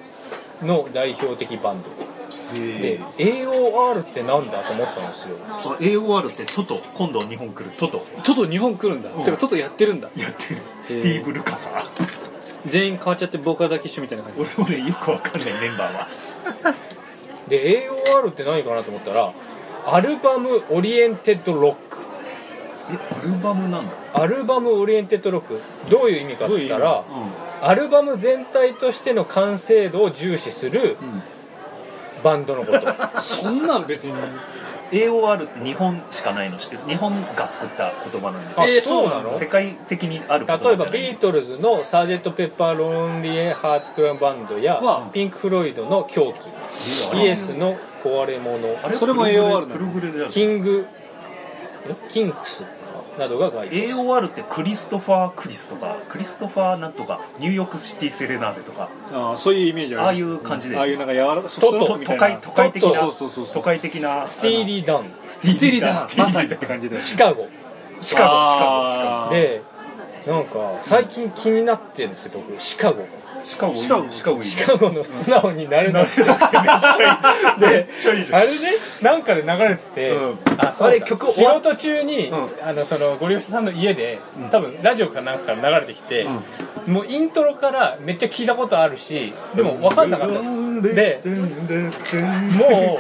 の代表的バンドで AOR ってなんだと思ったんですよ
この AOR ってトト今度日本来るトト
トト日本来るんだ
うん
てかトトやってるんだ
やってるスティーブ・ルカさん
全員変わっちゃってボーカルだけ一緒みたいな感じ
俺もねよくわかんないメンバーは
で AOR って何かなと思ったらアルバムオリエンテッドロック
えアルバムなんだ
アルバムオリエンテッドロックどういう意味かって言ったらアルバム全体としての完成度を重視する
うん
バンドのこと
そんなん別に
AOR って日本しかないの知ってる日本が作った言葉なんで
あ
えー
そうな
そうな
の
世界的にある言
例
葉
え
じ
ば
ゃない
ビートルズのサージェント・ペッパー・ロンリエ・ハーツ・クラブバンドや
は
ピンク・フロイドの狂気イエスの壊れ物
あれ
それも
プログレ
AOR なの
プログレだよね
キングんキンクスなどが書いて
AOR ってクリストファー・クリスとかクリストファーなんとかニューヨークシティ・セレナーデとか
ああそういうイメージある
ああいう感じで
ああいうなんか柔らかソフトロックみた
都
いな
会都会的な
そうそうそうそう
都会的な
スティーリー・ダン
ス
ミセリだまさにっ
って
て
感
感
じ
じで
シカゴ
シカゴシカゴシカゴ
あー
でなんか最近気になってるんですよ僕シカゴ
シカゴいい
シカゴ
シカゴいいね
シカゴの素直になれなくて
めっちゃいいじゃん
あれねなんかで流れてて、
うん
あ
そうだ
仕事中に、
ん
あのそのゴリ押しさんの家で、多分ラジオかなんかから流れてきて、もうイントロからめっちゃ聞いたことあるしでも分かんなかったんですでもうインもう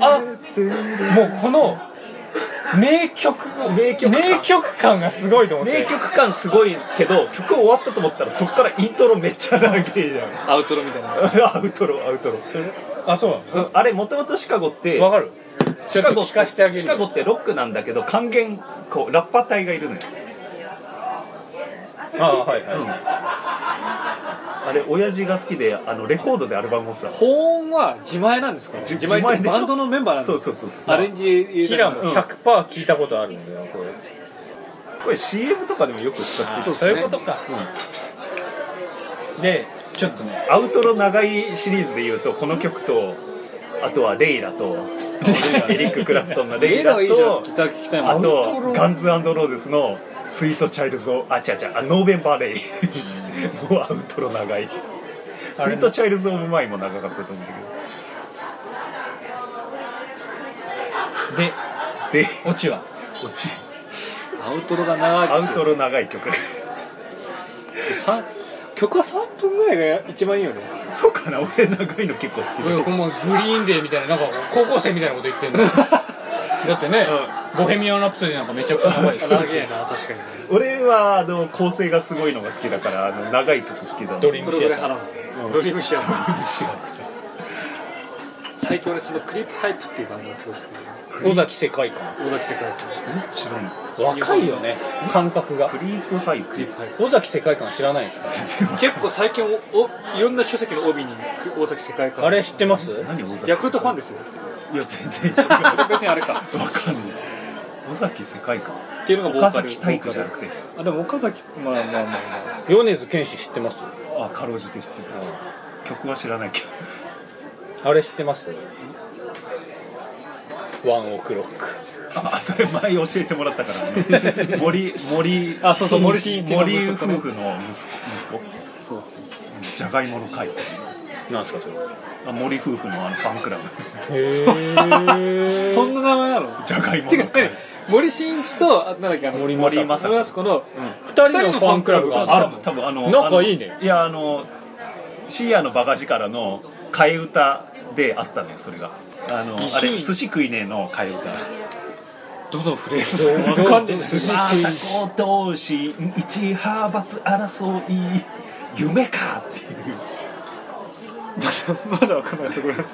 あもうこの名曲名曲感がすごいと思って
名曲感すごいけど曲終わったと思ったらそっからイントロめっちゃ長いじゃん
アウトロみたいな
アウトロアウトロ
あそうな
う
の
んあれもともとシカゴって
わかる
シ
ちょっと
カゴ
聞かせてあげる
シカゴってロックなんだけど還元こうラッパ隊がいるのよ
ああはいはい、
あれ親父が好きであのレコードでアルバム持ってた
保温は自前なんですか
自
自前って
自前でしょ
バンドのメンバーなんです
そう
か
そうそうそう
アレンジ
ヒラも
うん
100%聞いたことあるんだよこれ
これ CM とかでもよく使って
あ
る
そう,、いうことか、でちょっとね
アウトロ長いシリーズでいうとこの曲とあとはレイラとエリック・クラプトンのレ
レ
イ
イ
ラ
ラはいいじゃん
と
ギター聞きたいもん
あとガンズローゼスのスイート・チャイルズ・オーあ違う違うあノーベンバー・レイもうアウトロ長いスイート・チャイルズ・オブ・マインも長かったと思うんだ
で
けどで
オチは
落ち
アウトロが長い
アウトロ長い曲
さん曲は3分ぐらいが一番いいよね
そうかな俺長いの結構好きだし
このグリーンデーみたいななんか高校生みたいなこと言 ってんのだってね、ボヘミアン・ラプソディなんかめちゃくちゃ長いです
長いな確かに
俺はあの構成がすごいのが好きだからあの長い曲好きだ
ドリー
こ
ム
れ
シ
ぐ
ア
ら
ター
い払うのドリームシアター
シア
最強のそのクリップハイプっていうバンドがすごい好きで
尾崎世界観
大崎世界
知らない
若いよね感覚が
クリープハイク
クリップハイプ
尾崎世界観知らないですか
結構最近おおいろんな書籍の帯に大崎世界観
あれ知ってます
何尾崎
ヤクルトファンですよ
いや全然違うわ
別にあれか
かんない尾崎世界観
っていうのがボ
岡
ーカル
崎体育じゃなくて
あでも岡崎まあまあまあまあ
米津玄師知ってます
あかろうじて知ってる曲は知らないけど
あれ知ってますワンオクロック
あそれ前教えてもらったから ね森森
あそうそう森進
新
一の
森
息
夫
子
婦
ね
の息子うん
そうそうそう
じゃがいもの会
なんですかそれ
あ森夫婦のあのファン クラブ
へ
そんな名前なの
じゃがいも
て
の
か
会
ね森進一とあなんだっけあの
森
森
正
ま
子
さ
正
か
和子の
二人のファンクラブがあるの
多分あの
仲いいね
あのいやあの深夜のバカ力の替え歌であったのよそれがあの
一
あ
緒に
れ寿司食いねえの替え歌
どのフレーズわかんねえんだよ
寿司
ま
食い
さこ同士一派閥争い夢かっていう
まだわかんなかったごめんなさ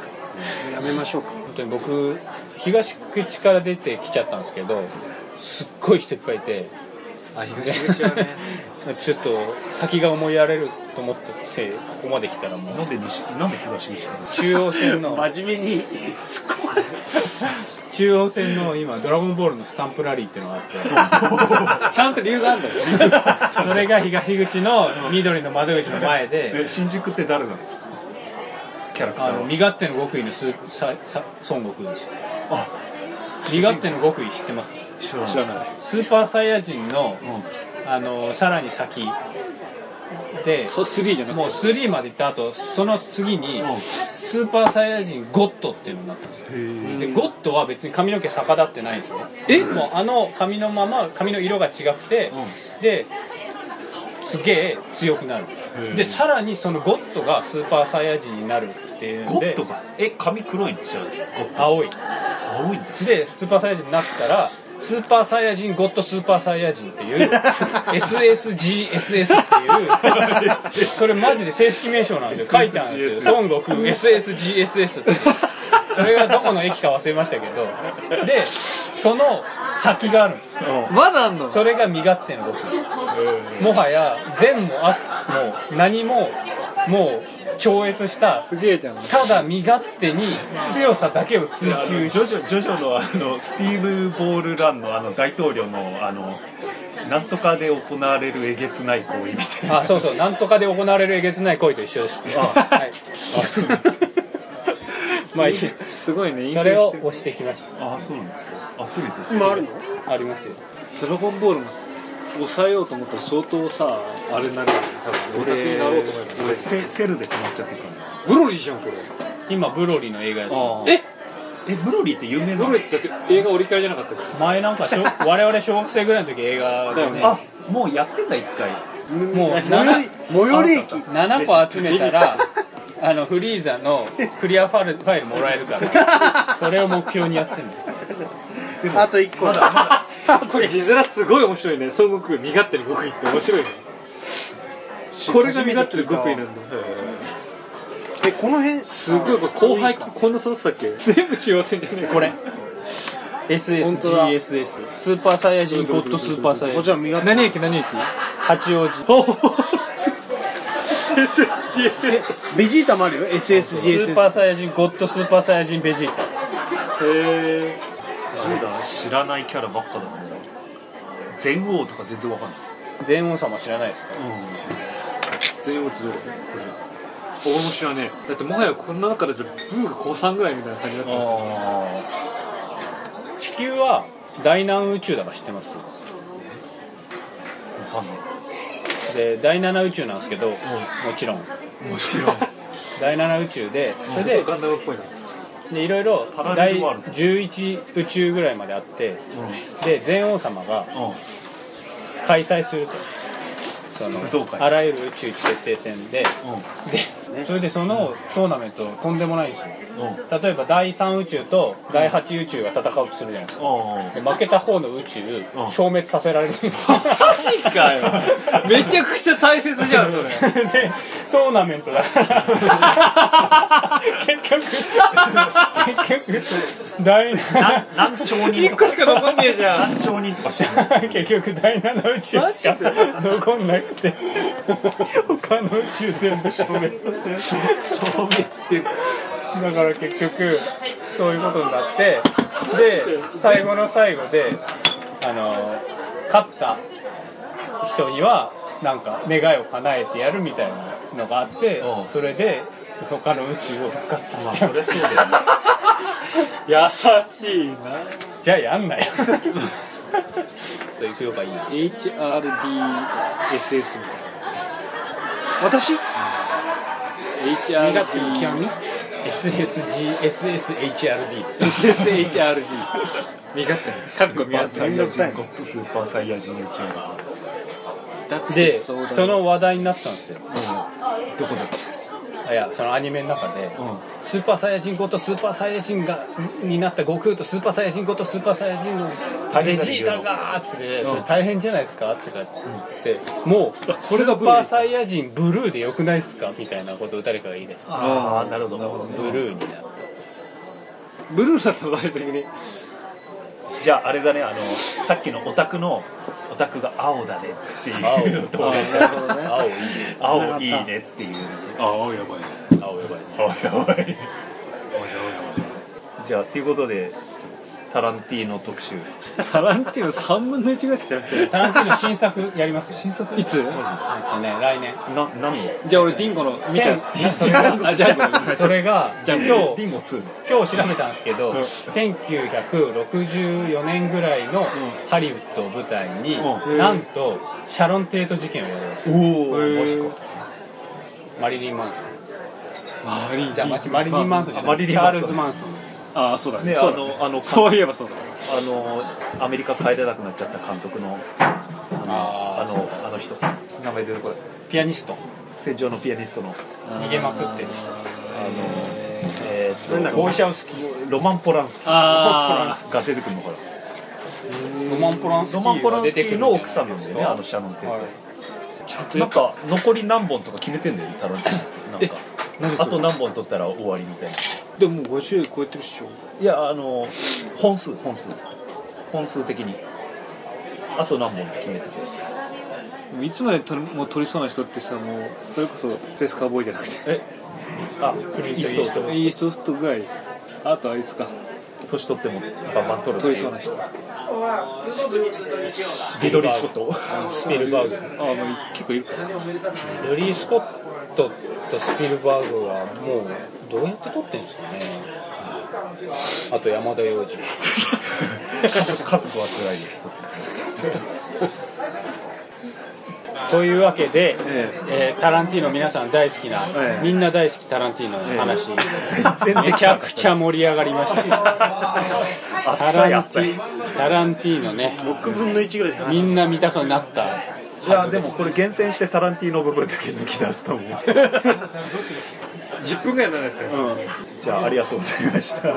い
やめましょうか
本当に僕東口から出てきちゃったんですけどすっごい人いっぱいいて
あ東口はね
ちょっと先が思いやられると思っててここまで来たらもう
なんで西なんで東口なの
中央線の
真面目に突っ込まれ
中央線の今「ドラゴンボール」のスタンプラリーっていうのが あってちゃんと理由があるんだよそれが東口の緑の窓口の前で
え新宿って誰なのキャラクタ
あ
ー
の
は
身勝手の極意のスささ孫悟空です
あ
身勝手の極意知ってます
知らない
知らない
スーパーサイヤ人の
うん
あのさらに先で
そう3じゃなくて
もう3まで行った後その次に
うん
スーパーサイヤ人ゴッドっていうのになったんですよでゴッドは別に髪の毛逆立ってないんですよえもうあの髪のまま髪の色が違くて、ですげえ強くなるでさらにそのゴッドがスーパーサイヤ人になるっていうん
ゴ
で
ッドがえ髪黒いのじゃ
青い
あ青いんです
でスーパーサイヤ人になったらスーパーサイヤ人ゴッドスーパーサイヤ人っていう SSGSS っていうそれマジで正式名称なんですよ書いてあるんですよ孫悟空 SSGSS っていうそれがどこの駅か忘れましたけどでその先があるんです
まだあんの
それが身勝手の僕もはや善も悪も何ももう超越した
すげえじゃん
ただ身勝手に強さだけを追
あの
求
ジョ
し
ジョジョジョのあのスティーブ・ボール・ランのあの大統領のあのなんとかで行われるえげつない行為みたいな
あそうそうなんとかで行われるえげつない恋と一緒です
あ
はい
そうなんだ
まあいい
すごいね
それを押してきまし
あそうなんですよ集めてる
今あるの
たありますよ
ドラゴンボールも抑えようと思ったら相当さあれになるよね多分オタクになろうと思えば
俺セセルで止まっちゃってるからな
ブロリーじゃんこれ
今ブロリーの映画やってま
え
えブロリーって有名な
ブ
の
ロリーってだって映画折り返りじゃなかったっ
す前なん か小我々小学生ぐらいの時映画でね
あもうやってんだ一回
もう
最寄り
7
最寄り駅
7個集め たらあのフリーザのクリアファイルファイルもらえ るからそれを目標にやってんの
あと1個
まだまだ
け これ字面すごい面白いね孫悟空身勝手に極意って面 白いねこれが身勝手に極意なんだ
えこの辺
すごいこれ後輩こんな育てたっけ全部中央線じゃねえ
これ
本当だ
SSGSS スーパーサイヤ人ゴッドスーパーサイヤ
こち
人
ら身勝手
何駅何駅
八王子
SSGSS
ベジータもあるよ
スーパー
SSGSS
サイヤ人ゴッドスーパーサイヤ人ベジータ
へえ
そうだ知らないキャラばっかだもん全王とか全然わかんない
全王様知らないですか
全王ってどれこれ俺も知らねえだってもはやこんな中だとブーが高三ぐらいみたいな感じだったんですよ
地球は大南宇宙だから知ってます
わかんない
で第7宇宙なんですけどもちろん
もちろん
第7宇宙でそれで
ガンダムっぽいな
でいろいろ
パラレ
第
ルワールド
11宇宙ぐらいまであってで全王様が
うんうん
開催するとその
武道会
あらゆる宇宙一決定戦ででそれでそのトーナメントとんでもないんですよ
うんうん
例えば第3宇宙と第8宇宙が戦うとするじゃないですかで負けた方の宇宙
うん
消滅させられるんですよ
マジかよめちゃくちゃ大切じゃんそれ
でトーナメントだから結局結局第7
何兆人
1
と
個
か
しか残んねえじゃん
何兆人とかしてる
結局第7宇宙しか
マジ
残んなくて他の宇宙全部消滅させる
消滅って
だから結局そういうことになってで最後の最後であの勝った人にはなんか願いを叶えてやるみたいなのがあって
うん
それで他の宇宙を復活さ
まあ
せ
そ
ま
りゃそう
し
だよね
優しいな
じゃあやんなよと行くよがいい
HRDSS み
私
たい
身
な
勝手の極 み
SSGSSHRD
HRD 身勝手かっこ見合って
めんどくさい
ゴッドスーパーサイヤ人宇宙が
でその話題になったんですよ
どこだっけ
あいやそのアニメの中で、スーパーサイヤ人5とスーパーサイヤ人がになった悟空とスーパーサイヤ人5とスーパーサイヤ人の
大
ベ
変だね
ジータがーっつって、それ大変じゃないですかってかって、もうこれがスーパーサイヤ人ブルーでよくないですかみたいなことを誰かが言い出した
ああなるほど
ブルーになっ
ブルーさんと同じ時に
じゃああれだねあのさっきのオタクのオタクが青だねっていうと同じ
なるほどね
青いい
青いいねっていう
ああやばい
青やばいね
おいおい
おいおい
じゃあということでタランティーノ特集
おいタランティーノ3分の1がしかやってない
タランティーノ新作やります新作
いつ
あのね来年
な何を
じゃあ俺ディンゴの見た
千それが
あじゃあ
それが
じゃ
今
あ
デ
日
ィンゴ2
今日調べたんですけど1964年ぐらいのハリウッドを舞台に
う
なんとシャロン・テート事件をやりました
おお
へー
もしこ
マリリン・マンソン
マリ
じゃあマジマリリン・マンソンじゃ
マ
な
リ
い
リ
チ
ン
ャ
マンソ
ー
ン
ルズ・マンソン
ああそうだね
ね
そうだね
あのあ の
そういえばそうだね
あのアメリカ帰れなくなっちゃった監督のあ
あ
のあ
ー
のあの人名前出てこない
ピアニスト
戦場のピアニストの
逃げまくってる人
あのえー、
なんだっけ
ボイシャウスキーロマン・ポランスキー
あ
が出てくるのかな
ロマン・ポランスキ
ロ
ー
マン・ポラ
が
ン
出
スキ
てくる
ー
ん
の
じゃない
奥さんなんだよねあのシャノン・テート、
ちゃんと
な
や
ん
っぱ
か残り何本とか決めてんだよねタランティーノなんか
何
あと何本取ったら終わりみたいな
でももう50超えてるっしょ
いやあの本数本数本数的にあと何本って決めてて
でもいつまでとりもう取りそうな人ってさもうそれこそペスカーボーイじゃなくて
えあ
リン
い
トイ
つ
ー
取
ス
っ
ト
ても
イーストフットぐらいあとあいつか
年取ってもバンバン取るって
取
い
りそうな人あ
リドリー・スコット
スピルバーグ
あもう結構いるから
ドリー・スコットとスピルバーグはもうどうやって撮ってんですかねあと山田洋次
家族は辛いよ
というわけで、
え
えータランティーノ皆さん大好きな、
ええ
みんな大好きタランティーノの話、
全然で
め
き
ちゃ
なか
く
っ
ちゃ盛り上がりました
たあっ
タ
さい
ラ
あ
ン
っ
テ
さい
ィタランティーノね
6分の1ぐらいしか話
み
して
んな見たくなった
いやでもこれ厳選してタランティーノ部分だけ抜き出すと思う
10分ぐらいにならないですかね
じゃあありがとうございました